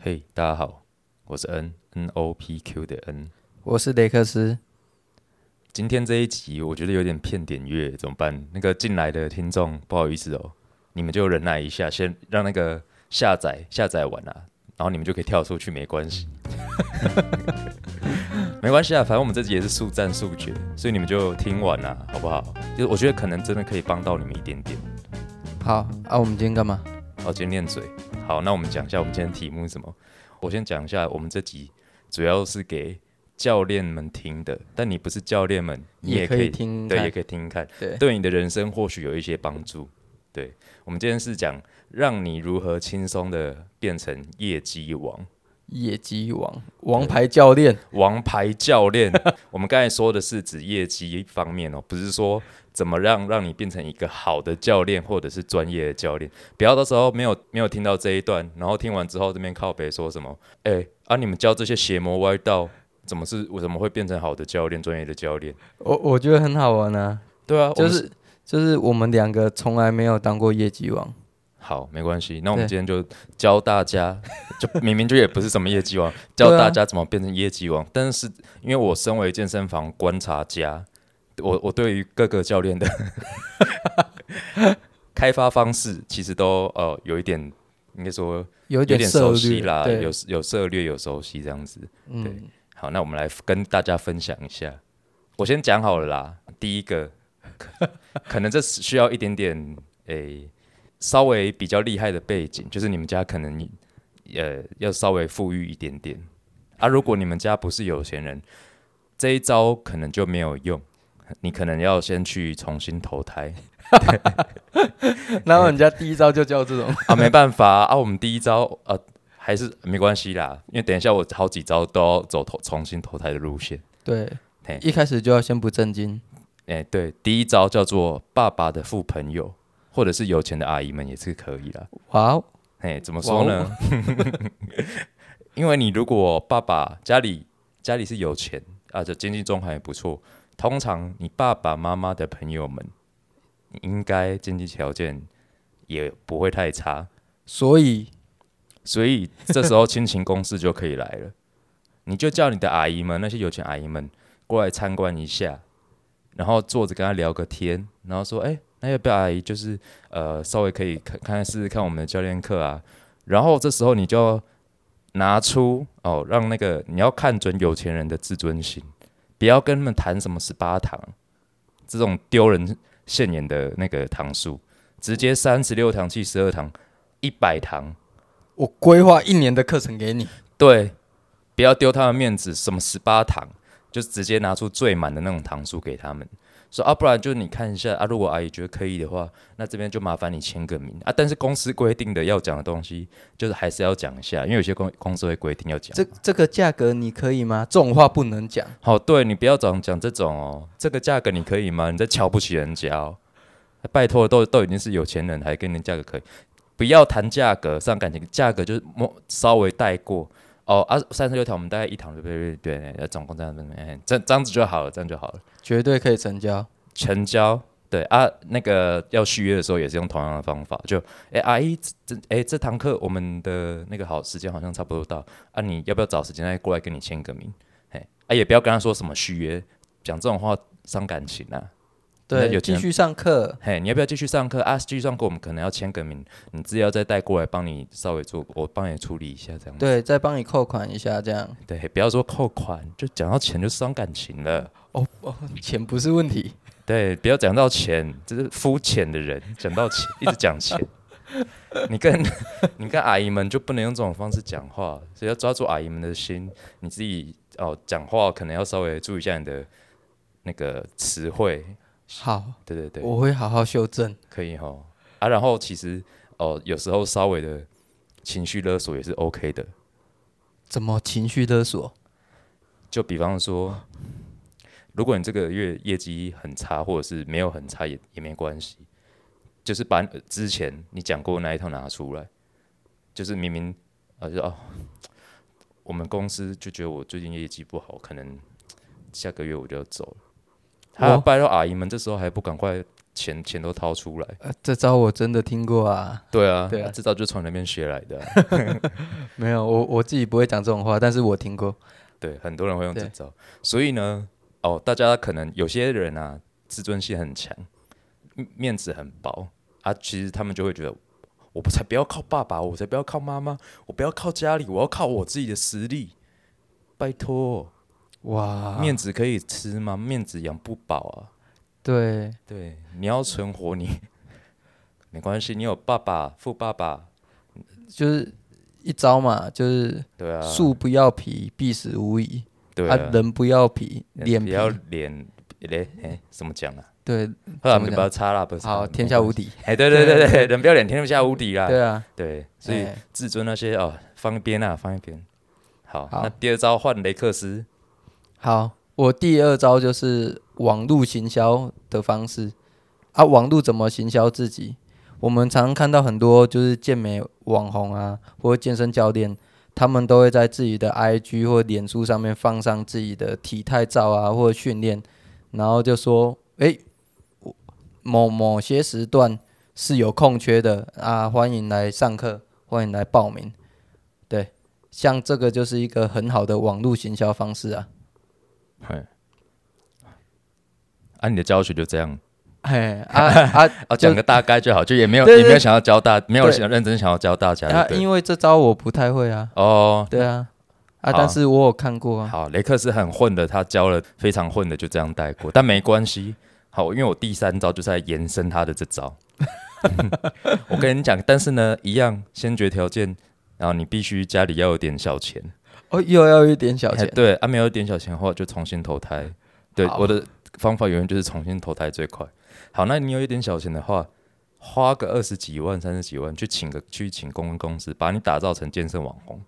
嘿、大家好，我是 N N O P Q 的 N。我是雷克斯。今天这一集我觉得有点骗点阅，怎么办？那个进来的听众，不好意思哦，你们就忍耐一下，先让那个下载下载完啊，然后你们就可以跳出去，没关系， 没关系啊，反正我们这集也是速战速决，所以你们就听完啦、好不好？就是我觉得可能真的可以帮到你们一点点。好啊，我们今天干嘛？哦，今天练嘴。好，那我们讲一下我们今天的题目是什么。我先讲一下，我们这集主要是给教练们听的，但你不是教练们，你也可可以听对，看也可以听看，对对你的人生或许有一些帮助。对我们今天是讲让你如何轻松的变成业绩王、业绩王，王牌教练。王牌教练。 我们刚才说的是指业绩方面哦，不是说怎么让让你变成一个好的教练或者是专业的教练。不要到时候没有没有听到这一段，然后听完之后这边靠北说什么？哎、啊，你们教这些邪魔歪道，怎么是我怎么会变成好的教练、专业的教练？我我觉得很好玩啊，对啊，我就们是就是我们两个从来没有当过业绩王，好，没关系。那我们对今天就教大家， 就明明就也不是什么业绩 王，啊教大家怎么变成业绩王。但是因为我身为健身房观察家，我我对于各个教练的 开发方式，其实都呃有一点，应该说有有点点涉熟悉略啦，对有有涉略，有熟悉这样子。嗯，好，那我们来跟大家分享一下。我先讲好了啦，第一个，可可能这是需要一点点诶、稍微比较厉害的背景，就是你们家可能呃要稍微富裕一点点啊。如果你们家不是有钱人，这一招可能就没有用，你可能要先去重新投胎然后人家第一招就教这种，啊。没办法啊，我们第一招呃还是没关系啦，因为等一下我好几招都要走投重新投胎的路线。 对嘿，一开始就要先不正经，哎、对，第一招叫做爸爸的富朋友，或者是有钱的阿姨们也是可以啦。哇哦，哎、怎么说呢？ 因为你如果爸爸家里家里是有钱啊，这经济状况也不错，通常你爸爸妈妈的朋友们应该经济条件也不会太差，所以所以这时候亲情公式就可以来了， 你就叫你的阿姨们，那些有钱阿姨们过来参观一下，然后坐着跟她聊个天，然后说，哎、那要不要阿姨就是呃稍微可以看看看试试看我们的教练课啊？然后这时候你就拿出哦，让那个你要看准有钱人的自尊心，不要跟他们谈什么十八堂这种丢人现眼的那个堂数，直接三十六堂、七十二堂、一百堂。我规划一年的课程给你，对，不要丢他们面子，什么十八堂，就直接拿出最满的那种堂数给他们，说啊，不然就你看一下啊，如果阿姨觉得可以的话，那这边就麻烦你签个名啊。但是公司规定的要讲的东西，就是还是要讲一下，因为有些公公司会规定要讲。这这个价格你可以吗？这种话不能讲，好，对你不要讲讲这种哦，这个价格你可以吗？你在瞧不起人家哦，拜托，都都已经是有钱人，还跟人价格可以，不要谈价格，上感情价格就是摸稍微带过哦啊，三十六条我们大概一堂对对对对，呃总共这样子，哎这这样子就好了，这样就好了，绝对可以成交。成交。对啊，那个要续约的时候也是用同样的方法，就哎阿姨，这哎这堂课我们的那个好时间好像差不多到啊，你要不要找时间再过来跟你签个名？哎啊也不要跟他说什么续约，讲这种话伤感情啊。那有钱对，继人续上课，嘿，你要不要继续上课啊？继续上课我们可能要签个名，你资料再带过来帮你稍微做，我帮你处理一下这样子。对，再帮你扣款一下，这样对不要说扣款，就讲到钱就伤感情了。哦钱不是问题。对，不要讲到钱，这是肤浅的人，讲到钱一直讲钱。你跟你跟阿姨们就不能用这种方式讲话，所以要抓住阿姨们的心。你自己哦，讲话可能要稍微注意一下你的那个词汇。好，对对对，我会好好修正。可以哈啊。然后其实哦，有时候稍微的情绪勒索也是 OK 的。怎么情绪勒索？就比方说，如果你这个月业绩很差，或者是没有很差也也没关系，就是把呃之前你讲过的那一套拿出来，就是明明啊，就哦，我们公司就觉得我最近业绩不好，可能下个月我就要走了。还有哦拜托阿姨们，这时候还不赶快钱钱都掏出来。呃这招我真的听过啊，对啊，对啊那这招就从那边学来的啊、没有，我我自己不会讲这种话，但是我听过。对，很多人会用这对招。所以呢，哦，大家可能有些人啊，自尊心很强，面面子很薄啊，其实他们就会觉得，我不才不要靠爸爸，我才不要靠妈妈，我不要靠家里，我要靠我自己的实力。拜托，哇，面子可以吃吗？面子养不饱啊。对，对，你要存活你， 没关系，你有爸爸、富爸爸，就是一招嘛，就是对啊，树不要皮，必死无疑。对啊啊，，人不要皮，脸不皮。要脸，嘞，哎，怎么讲啊？对，后来怎么不讲要擦啦，不是好，天下无敌。敌。 哎，对对对对，人不要脸，天下无敌啦。对啊，对，所以哎自尊那些哦，放一边啊，放一边。好，好那第二招换雷克斯，好，我第二招就是网络行销的方式啊，网络怎么行销自己？我们常常看到很多就是健美网红啊，或健身教练，他们都会在自己的 IG 或脸书上面放上自己的体态照啊，或训练，然后就说，诶，我某某些时段是有空缺的啊，欢迎来上课，欢迎来报名。对，像这个就是一个很好的网络行销方式啊。嘿啊，你的教学就这样 嘿啊啊啊，就讲个大概就好，就也没有对对也没有想要教大，没有对想认真想要教大家啊！就对了。因为这招我不太会啊，哦，对啊啊，好但是我有看过啊，好，雷克斯很混的，他教了非常混的，就这样带过，但没关系。好，因为我第三招就是在延伸他的这招。 我跟你讲，但是呢，一样先决条件，然后你必须家里要有点小钱。哦，又要一点小哎钱，对，啊，没有点小钱的话就重新投胎。对，好我的方法永远就是重新投胎最快。好，那你有一点小钱的话，花个二十几万、三十几万去请个去请公关公司，把你打造成健身网红。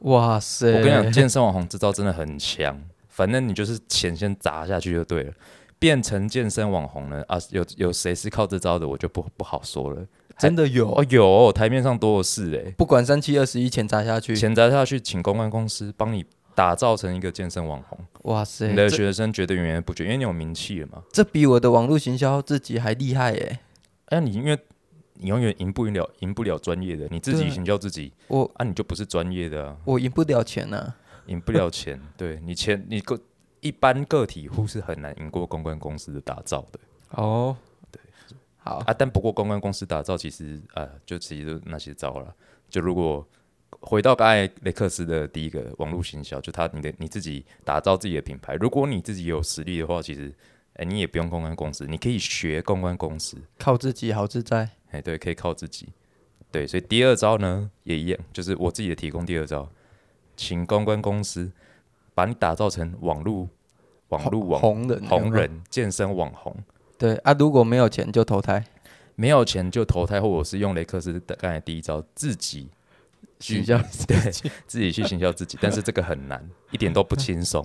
哇塞！我跟你讲，健身网红这招真的很强，反正你就是钱先砸下去就对了。变成健身网红呢？啊，有有谁是靠这招的，我就不不好说了。真的有哦，，有台面上多的是哎、不管三七二十一，钱砸下去，钱砸下去，请公关公司帮你打造成一个健身网红，哇塞你！的这学生绝对源源不绝，因为你有名气了嘛。这比我的网络行销自己还厉害耶！哎、你因为你永远赢不赢了，赢不了专业的，你自己对行销自己我啊，你就不是专业的啊，我赢不了钱啊，赢不了钱。对你钱，你个一般个体户是很难赢过公关公司的打造的。哦，对，好，啊，但不过公关公司打造其实呃，就其实就那些招了。就如果回到刚才雷克斯的第一个网络行销，就他你的你自己打造自己的品牌，如果你自己有实力的话，其实哎、你也不用公关公司，你可以学公关公司，靠自己好自在，哎、对，可以靠自己。对，所以第二招呢也一样，就是我自己的提供第二招，请公关公司把你打造成网络网络网红人，啊红，人健身网红。对啊，如果没有钱就投胎，没有钱就投胎，或者是用雷克斯的刚才第一招，自己行销 对自己去行销自己， 但是这个很难，一点都不轻松。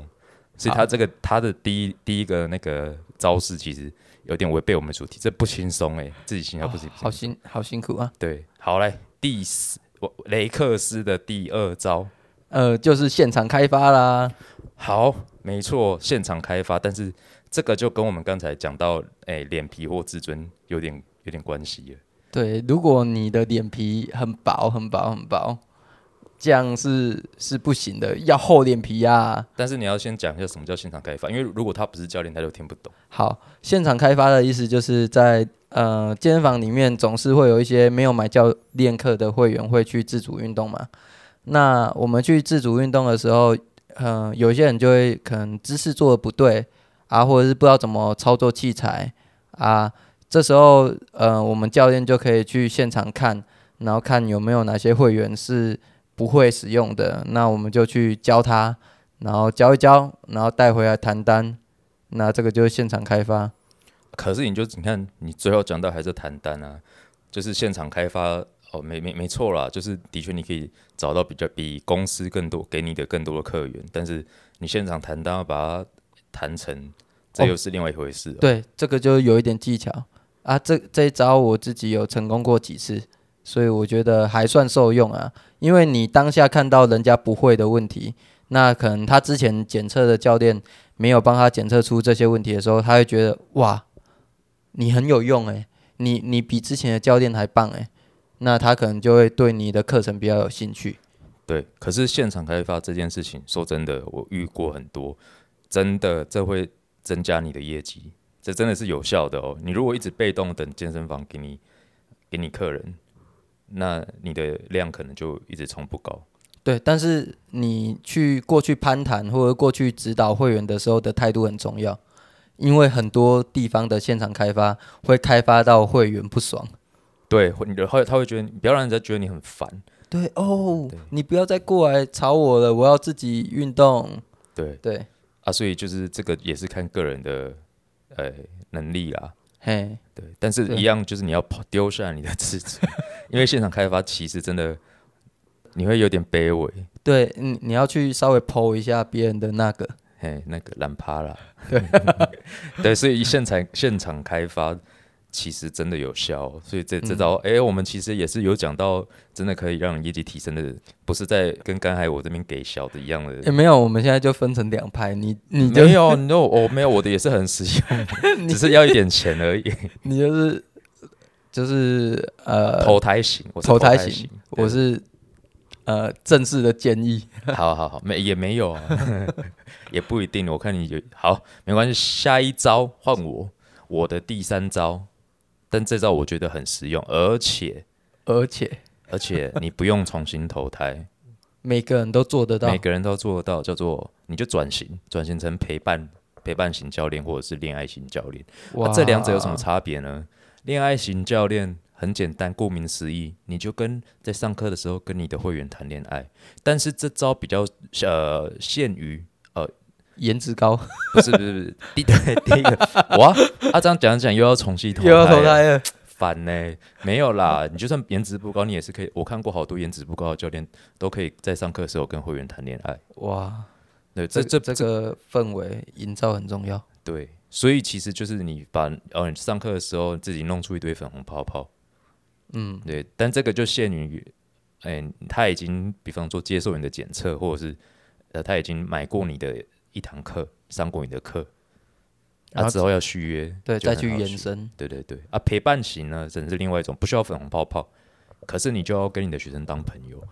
所以他这个他的第一第一个那个招式其实有点违背我们主题，这不轻松哎，自己行销自己、哦好辛好辛苦啊，对，好来第四，我雷克斯的第二招，呃，就是现场开发啦，好，没错，现场开发，但是这个就跟我们刚才讲到哎脸皮或自尊有点有点关系了。对，如果你的脸皮很薄、很薄、很薄，这样是是不行的，要厚脸皮呀、啊。但是你要先讲一下什么叫现场开发，因为如果他不是教练，他就听不懂。好，现场开发的意思就是在呃健身房里面总是会有一些没有买教练课的会员会去自主运动嘛。那我们去自主运动的时候，嗯、有些人就会可能姿势做的不对啊，或者是不知道怎么操作器材啊。这时候，呃，我们教练就可以去现场看，然后看有没有哪些会员是不会使用的，那我们就去教他，然后教一教，然后带回来谈单，那这个就是现场开发。可是你就你看，你最后讲到还是谈单啊，就是现场开发哦，没没没错啦，就是的确你可以找到比较比公司更多给你的更多的客源，但是你现场谈单要把它谈成，这哦又是另外一回事、哦对，这个就有一点技巧啊。这这一招我自己有成功过几次，所以我觉得还算受用啊。因为你当下看到人家不会的问题，那可能他之前检测的教练没有帮他检测出这些问题的时候，他会觉得哇，你很有用诶、你你比之前的教练还棒诶、欸那他可能就会对你的课程比较有兴趣。对，可是现场开发这件事情，说真的，我遇过很多，真的这会增加你的业绩，这真的是有效的哦。你如果一直被动等健身房给你给你客人，那你的量可能就一直冲不高。对，但是你去过去攀谈或者过去指导会员的时候的态度很重要，因为很多地方的现场开发会开发到会员不爽。对，会你的会他会觉得你不要让人家觉得你很烦。对哦，你不要再过来吵我了，我要自己运动。对对，啊，所以就是这个也是看个人的呃能力啦。嘿，对，但是对一样就是你要抛丢下你的自尊，因为现场开发其实真的你会有点卑微，对，嗯你你要去稍微剖一下别人的那个。嘿，那个懒趴 啦。 对，所以现场现场开发其实真的有效哦，所以嗯这这招，哎、我们其实也是有讲到，真的可以让业绩提升的，不是在跟刚才我这边给小的一样也的。没有，我们现在就分成两派，你嗯你就没有，你 no，我没有，我的也是很实 用，只是要一点钱而已。你就是就是呃，投胎型，我是投胎胎型型，对我是呃正式的建议。 好好好，没也没有啊， 也不一定。我看你有好，没关系。下一招换我，我的第三招，但这招我觉得很实用，而且而且而且你不用重新投胎，每个人都做得到每。个人都做得到，叫做你就转型，转型成陪伴陪伴型教练或者是恋爱型教练。啊那、这两者有什么差别呢？恋爱型教练很简单，顾名思义，你就跟在上课的时候跟你的会员谈恋爱，但是这招比较呃限于颜值高，不是不是不是， 第对第一 个，哇，他、啊、这样讲讲又要重新投啊又要投了胎了。烦呢、没有啦，你就算颜值不高，你也是可以。我看过好多颜值不高的教练，都可以在上课的时候跟会员谈恋爱。哇，对，这这这这个氛围营造很重要。对，所以其实就是你把呃你上课的时候自己弄出一堆粉红泡泡，嗯，对，但这个就限于，哎、他已经比方说接受你的检测，或者是呃他已经买过你的一堂课，上过你的课，然啊后之后要续约，对，就再很去好延续伸。对对对，啊，陪伴型呢，真的是另外一种，不需要粉红泡泡，可是你就要跟你的学生当朋友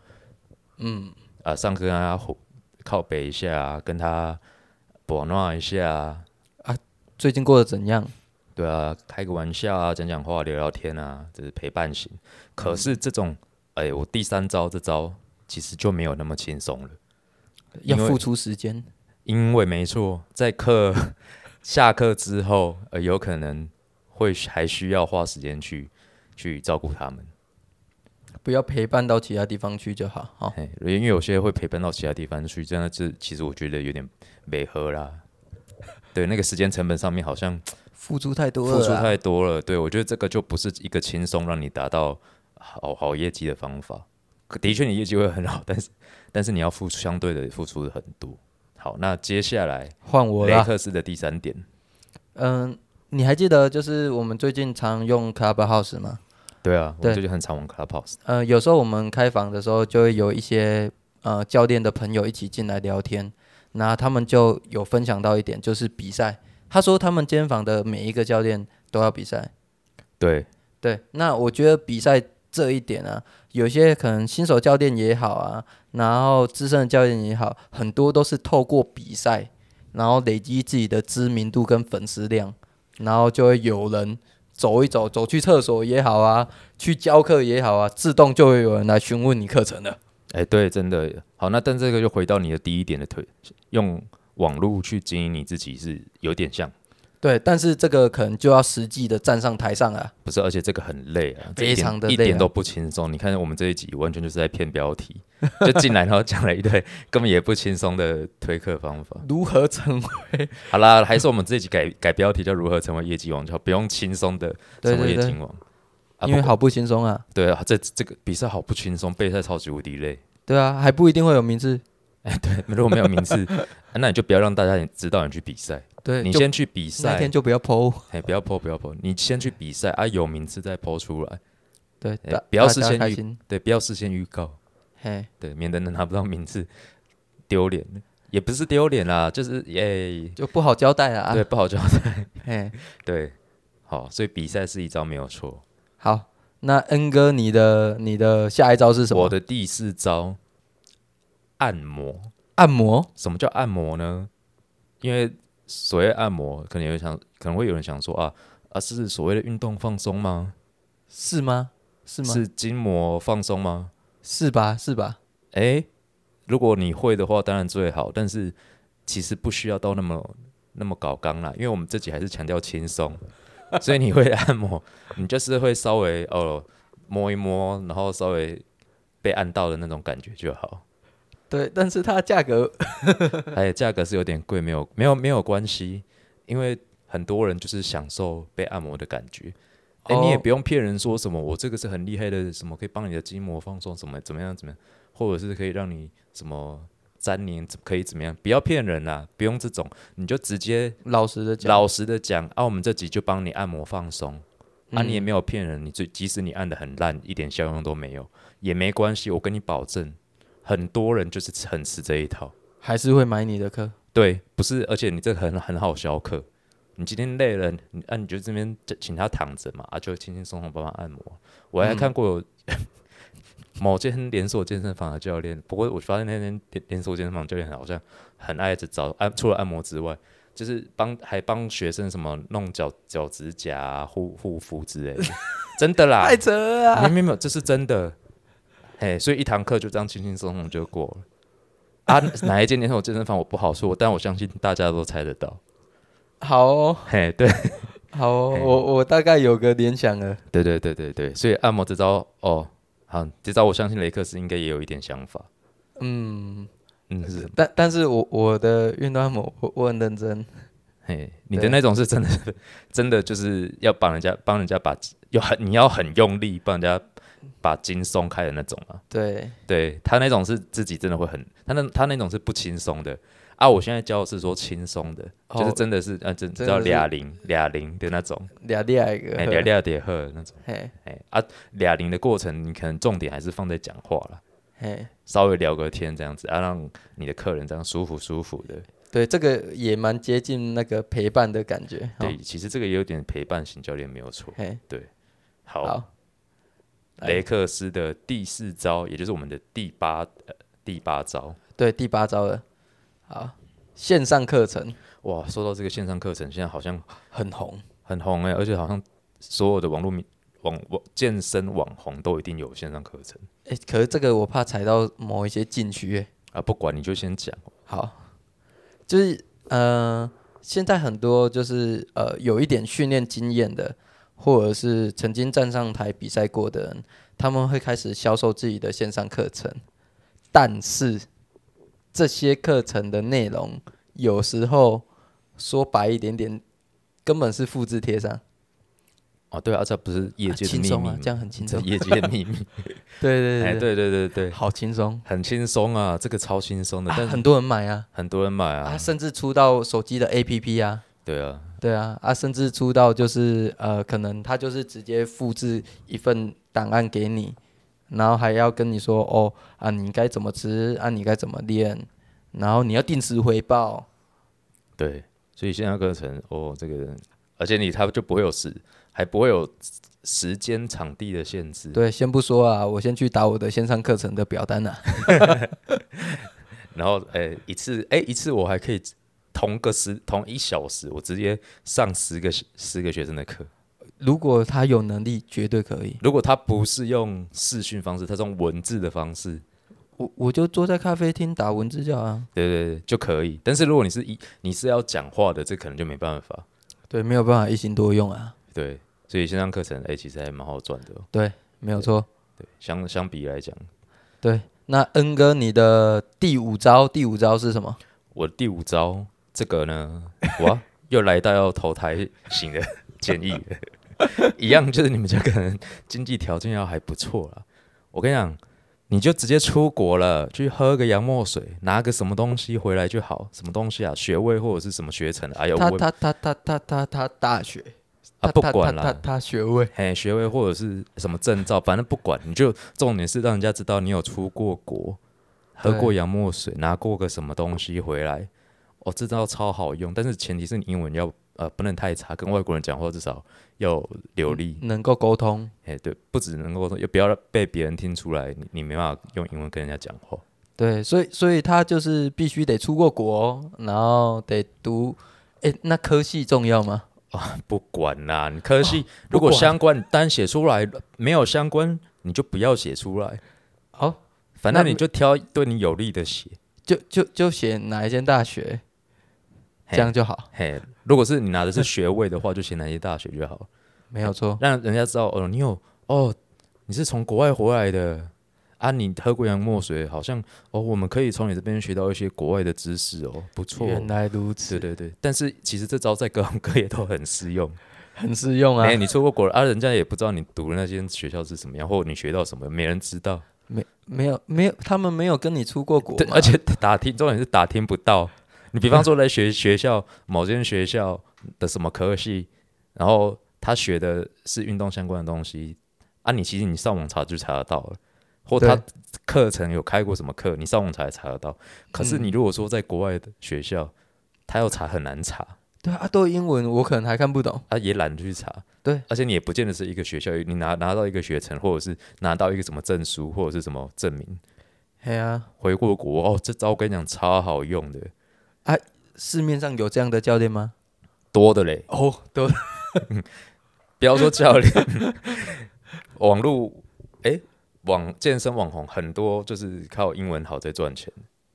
嗯，啊，上课跟他互靠北一下啊，跟他玩闹一下啊，最近过得怎样？对啊，开个玩笑啊，讲讲话，聊聊天啊，这是陪伴型。可是这种，哎、我第三招这招其实就没有那么轻松了，要因为付出时间。因为没错，在课 下课之后，呃，有可能会还需要花时间去去照顾他们。不要陪伴到其他地方去就好。哦好、哎，因为有些会陪伴到其他地方去，真的这其实我觉得有点违和啦。对，那个时间成本上面好像付出太多了付啦，出太多了。对我觉得这个就不是一个轻松让你达到好好业绩的方法。可的确，你业绩会很好，但是但是你要付出相对的付出很多。好，那接下来换我雷啦。克斯的第三点，嗯，你还记得就是我们最近常用 Clubhouse 吗？对啊，我对最近很常玩 Clubhouse，呃，有时候我们开房的时候，就会有一些呃教练的朋友一起进来聊天，那他们就有分享到一点，就是比赛。他说他们健身房的每一个教练都要比赛。对，对，那我觉得比赛这一点啊，有些可能新手教练也好啊，然后资深的教练也好，很多都是透过比赛，然后累积自己的知名度跟粉丝量，然后就会有人走一走，走去厕所也好啊，去教课也好啊，自动就会有人来询问你课程了。哎，对，真的好。那但这个就回到你的第一点的推，用网络去经营你自己是有点像。对，但是这个可能就要实际的站上台上啊。不是，而且这个很累啊，这一非点常地一累点啊都不轻松。你看我们这一集完全就是在骗标题， 就进来然后讲了一堆根本也不轻松的推客方法。如何成为？好 啦，还是我们这一集改改标题叫如何成为业绩王，就不用轻松的对成为对业绩对，王。啊因为不好不轻松啊。对啊，这这个比赛好不轻松，备赛超级无敌累。 对啊，还不一定会有名字。如果没有名次，啊那你就不要让大家知道你去比赛，对，你就先去比那赛天，就不要 PO。哎，不要破不要破，你先去比赛啊，有名次再抛出来，对，哎大不要大事家先开预心。对，不要事先预告。嘿，对，免得拿不到名次，丢脸，也不是丢脸啦，就是耶，哎就不好交代了 啊。对，不好交代，嘿，对，好，所以比赛是一招没有错。好，那恩哥，你的你的下一招是什么？我的第四招，按摩。按摩。什么叫按摩呢？因为所谓按摩，可能有人想，可能会有人想说啊啊，是所谓的运动放松吗？是吗？是吗？是筋膜放松吗？是吧？是吧？诶，如果你会的话，当然最好，但是其实不需要到那么那么搞刚啦，因为我们自己还是强调轻松，所以你会按摩，你就是会稍微哦摸一摸，然后稍微被按到的那种感觉就好。对，但是它的价格，还有哎价格是有点贵，没有没有没有关系，因为很多人就是享受被按摩的感觉。哎、你也哦不用骗人说什么我这个是很厉害的，什么可以帮你的筋膜放松，什么怎么样怎么样，或者是可以让你什么粘连，可以怎么样？不要骗人啦，不用这种，你就直接 老实的讲，老实的讲，啊，我们这集就帮你按摩放松。啊，嗯你也没有骗人，你最即使你按的很烂，一点效用都没有，也没关系，我跟你保证，很多人就是很吃这一套。还是会买你的课。对，不是，而且你这个很很好消渴。你今天累了，你啊你就这边就请他躺着嘛，啊就轻轻松松帮他按摩。我还看过有、某间连锁健身房的教练，不过我发现那间连连锁健身房教练好像很爱着找按，除了按摩之外，就是帮还帮学生什么弄脚脚指甲、啊、护护肤之类的， 真的啦，扯了没没没有，这是真的。哎，所以一堂课就这样轻轻松松就过了。啊， 哪一间连锁健身房我不好说，但我相信大家都猜得到。好哦，嘿，对， 好哦，嘿我我大概有个联想了。对对对对对，所以按摩这招哦，好，这招我相信雷克斯应该也有一点想法。嗯，嗯，是，但但是我我的运动按摩，我我很认真。嘿，你的那种是真的， 真的就是要帮人家帮人家把要很你要很用力帮人家把筋松开的那种啊。对，对他那种是自己真的会很，他那他那种是不轻松的啊！我现在教的是说轻松的，哦就是真的是啊，真真的叫是俩零俩零的那 种，俩俩一个，哎，俩俩点喝那种，嘿，哎啊，俩零的过程你可能重点还是放在讲话啦，嘿，稍微聊个天这样子啊，让你的客人这样舒服舒服的。对，这个也蛮接近那个陪伴的感觉。对，其实这个也有点陪伴型教练没有错哦，。嘿，好，好，来雷克斯的第四招，也就是我们的第八呃第八招。对，第八招了。好，线上课程哇，说到这个线上课程，现在好像很红，很红哎、而且好像所有的网络名网网健身网红都一定有线上课程哎，可是这个我怕踩到某一些禁区，哎，啊。不管你就先讲，好，就是呃，现在很多就是呃有一点训练经验的，或者是曾经站上台比赛过的人，他们会开始销售自己的线上课程，但是这些课程的内容有时候说白一点点，根本是复制贴上，哦，对啊，这不是业啊界的轻秘松密啊吗，？这样很轻这松，业界的秘密。对 对哎，对对对，对对对，好轻松，很轻松啊，这个超轻松的啊，但很多人买啊，很多人买啊，啊，甚至出到手机的 APP 啊。对啊，对啊，啊，甚至出到就是呃，可能他就是直接复制一份档案给你，然后还要跟你说哦啊，你该怎么吃啊，你该怎么练，然后你要定时回报。对，所以线上课程哦，这个而且你他就不会有时，还不会有时间场地的限制，对，先不说啊，我先去打我的线上课程的表单啊。然后诶、一次诶、一次我还可以同个时同一小时，我直接上十个十个学生的课。如果他有能力，绝对可以。如果他不是用视讯方式，他是用文字的方式，我我就坐在咖啡厅打文字教啊。对对对，就可以。但是如果你是一你是要讲话的，这可能就没办法。对，没有办法一心多用啊。对，所以线上课程哎、其实还蛮好赚的、哦。对，没有错。对，相相比来讲，对，那恩哥，你的第五招，第五招是什么？我第五招这个呢， 哇，又来到要投胎型的建议了一样就是你们家可能经济条件要还不错啦。我跟你讲，你就直接出国了，去喝个洋墨水，拿个什么东西回来就好，什么东西啊，学位或者是什么学程，哎呦，他我也他他他他他他大学啊他不他管他他啦，他学位，嘿，学位或者是什么证照，反正不管，你就重点是让人家知道你有出过国，喝对过洋墨水，拿过个什么东西回来，哦，这招超好用，但是前提是你英文要呃不能太差，跟外国人讲话至少要流利，能够沟通。哎、对，不只能够说，也不要被别人听出来你你没办法用英文跟人家讲话。对，所以所以他就是必须得出过国，哦然后得读。哎，那科系重要吗？不管啦，你科系、如哦不果管相关单写出来，没有相关你就不要写出来，哦，反那正你就挑对你有利的写。就就就写哪一间大学，嘿这样就好，嘿，如果是你拿的是学位的话，就写哪些大学就好了，没有错。让人家知道哦，你有哦，你是从国外回来的啊，你喝过洋墨水，好像哦，我们可以从你这边学到一些国外的知识哦，不错哦。原来如此对，对对，但是其实这招在各行各业都很适用。很适用啊哎、。你出过国了啊，人家也不知道你读的那间学校是什么样，或你学到什么，没人知道。没没有没有，他们没有跟你出过国对，嘛，而且 打听重点是打听不到。你比方说来 学学校某间学校的什么科系，然后他学的是运动相关的东西啊，你其实你上网查就查得到了，或他对课程有开过什么课，你上网查也查得到。可是嗯你如果说在国外的学校，他要查很难查，对啊，都有英文我可能还看不懂。他也懒得去查。对，而且你也不见得是一个学校，你拿拿到一个学程，或者是拿到一个什么证书，或者是什么证明，嘿啊，回过国哦，这招我跟你讲超好用的，市面上有这样的教练吗？多的嘞。哦，都不要说教练， 网络哎、网健身网红很多就是靠英文好在赚钱，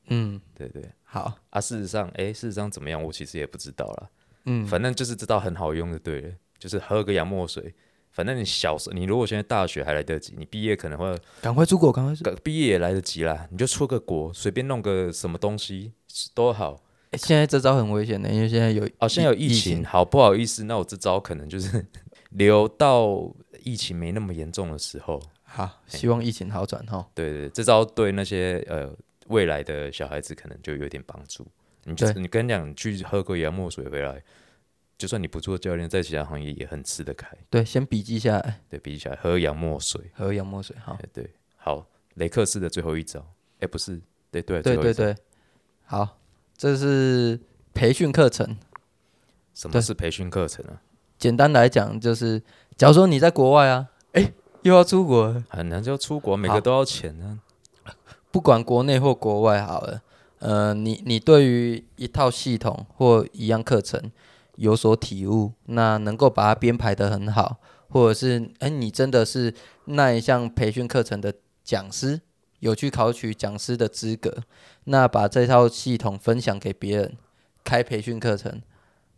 嗯对对。好，啊，事实上，哎、事实上怎么样，我其实也不知道啦。嗯反正就是知道很好用就对了，就是喝个洋墨水。反正你小时候，你如果现在大学还来得及，你毕业可能会赶快出国，赶快出。个毕业也来得及啦，你就出个国，随便弄个什么东西都好。诶现在这招很危险的，因为现在有哦，现在有疫情，，好不好意思，那我这招可能就是 留到疫情没那么严重的时候。好，哎希望疫情好转哈。对对，对这招对那些呃未来的小孩子可能就有点帮助。你就对你跟你讲，你去喝个洋墨水回来，就算你不做教练，在其他行业也很吃得开。对，先笔记下来，对比起来，喝洋墨水，喝洋墨水。好哎，对，好，雷克斯的最后一招，哎，不是，对对对最后对一招对，好，这是培训课程。什对么是培训课程啊？简单来讲，就是假如说你在国外啊，诶，又要出国了，很难就要出国，每好个都要钱啊。不管国内或国外好了，呃，你你对于一套系统或一样课程有所体悟，那能够把它编排得很好，或者是哎，你真的是那一项培训课程的讲师，有去考取讲师的资格，那把这套系统分享给别人，开培训课程，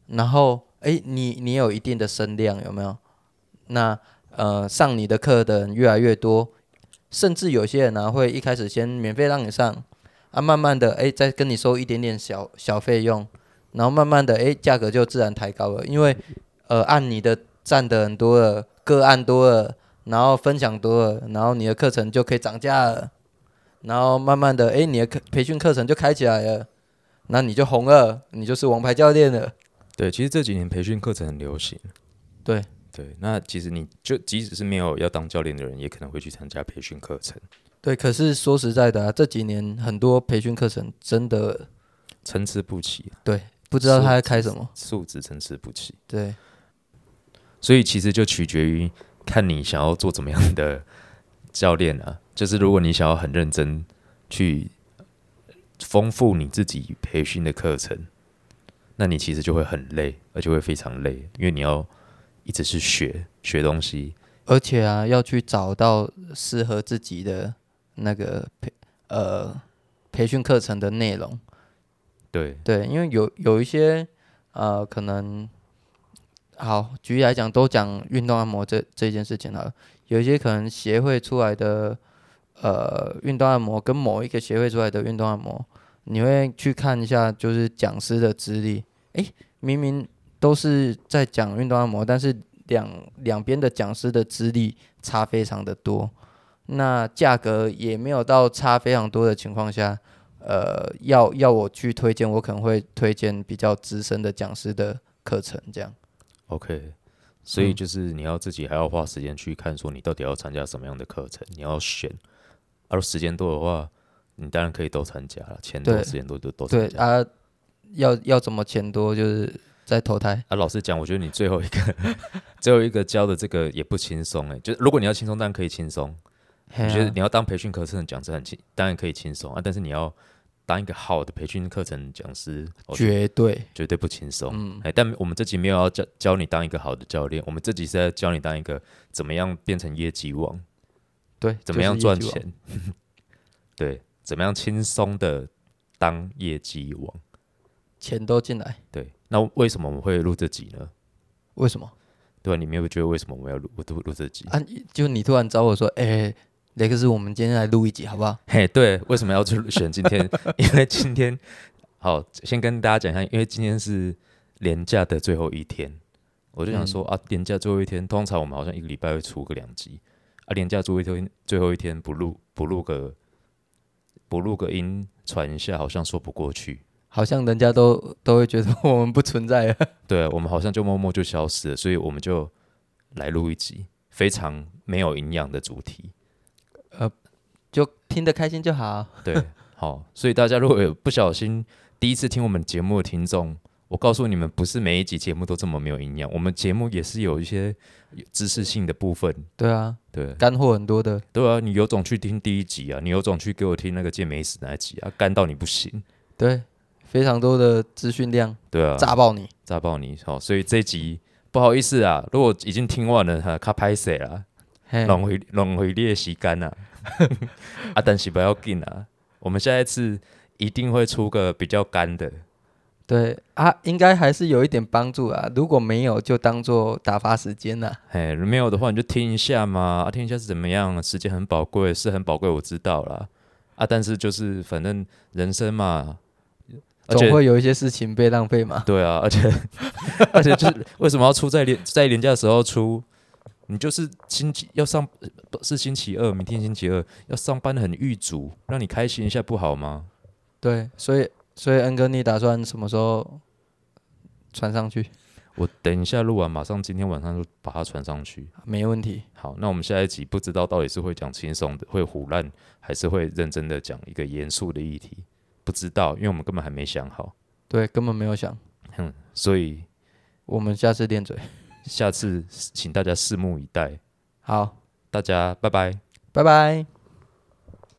然后哎，你你有一定的声量有没有？那呃，上你的课的人越来越多，甚至有些人呢、会一开始先免费让你上，啊，慢慢的，哎，再跟你收一点点小小费用，然后慢慢的，哎，价格就自然抬高了，因为呃，按你的占的人多了，个案多了，然后分享多了，然后你的课程就可以涨价了，然后慢慢的，哎，你的课培训课程就开起来了，那你就红了，你就是王牌教练了，对，其实这几年培训课程很流行。对对，那其实你就即使是没有要当教练的人，也可能会去参加培训课程，对，可是说实在的、啊，这几年很多培训课程真的参差不齐，啊对，不知道他在开什么，素质参差不齐。对。所以其实就取决于看你想要做怎么样的教练啊。就是如果你想要很认真去丰富你自己培训的课程，那你其实就会很累，而且会非常累，因为你要一直去学学东西，而且啊，要去找到适合自己的那个培呃培训课程的内容。对，对，因为有有一些呃，可能好举例来讲，都讲运动按摩这这件事情好了。有一些可能协会出来的呃运动按摩，跟某一个协会出来的运动按摩，你会去看一下就是讲师的资历。诶，明明都是在讲运动按摩，但是两两边的讲师的资历差非常的多，那价格也没有到差非常多的情况下，呃，要要我去推荐，我可能会推荐比较资深的讲师的课程，这样。 OK，所以嗯就是你要自己还要花时间去看，说你到底要参加什么样的课程，你要选。而时间多的话，你当然可以都参加了，钱多对啊时间多就都参对加。啊，要要怎么钱多，就是再投胎。啊，老实讲，我觉得你最后一个 最后一个教的这个也不轻松哎，就是如果你要轻松，当然可以轻松。嘿我啊觉得你要当培训课程的讲师很轻，当然可以轻松啊，但是你要当一个好的培训课程讲师，我觉得绝对，绝对不轻松。嗯，哎，但我们这集没有要教教你当一个好的教练，我们这集是在教你当一个怎么样变成业绩王，对，怎就么是样业赚绩王？钱， 对，怎么样轻松的当业绩王。钱都进来，对，那为什么我们会录这集呢？为什么？对吧、你没有觉得为什么我们要录录录这集？啊，就你突然找我说，哎、雷克斯，我们今天来录一集好不好？ 嘿，对，为什么要去选今天？因为今天，好，先跟大家讲一下，因为今天是连假的最后一天，我就想说、啊，连假最后一天，通常我们好像一个礼拜会出个两集，啊，连假最后一天最后一天不录不录个不录个音传一下，好像说不过去。好像人家都都会觉得 我们不存在了。对啊我们好像就默默就消失了，所以我们就来录一集非常没有营养的主题。就听得开心就好。 对，好，所以大家如果有不小心第一次听我们节目的听众，我告诉你们，不是每一集节目都这么没有营养，我们节目也是有一些知识性的部分。对啊，对，干货很多的。对啊，你有种去听第一集啊，你有种去给我听那个健美史那一集啊，干到你不行。对，非常多的资讯量，对啊，炸爆你！炸爆你！好、所以这一集不好意思啊，如果已经听完了哈，卡拍谁啦？嘿，浪费浪费你的时间啊！ 啊，但是不要紧啊，我们下一次一定会出个比较干的。对啊，应该还是有一点帮助啊。如果没有，就当做打发时间啊啦、哎，没有的话你就听一下嘛，啊，听一下是怎么样，时间很宝贵，是很宝贵，我知道啦。啊，但是就是反正人生嘛，而且总会有一些事情被浪费嘛。对啊，而且 而且就是为什么要出在廉在廉价的时候出？你就是星期要上不是星期二，明天星期二要上班很郁卒，让你开心一下不好吗？对，所以所以恩哥，你打算什么时候传上去？我等一下录完，马上今天晚上就把它传上去。啊没问题。好，那我们下一集不知道到底是会讲轻松的，会胡乱，还是会认真的讲一个严肃的议题，不知道，因为我们根本还没想好。对，根本没有想。哼，所以我们下次练嘴。下次请大家拭目以待。好，大家拜拜。拜拜。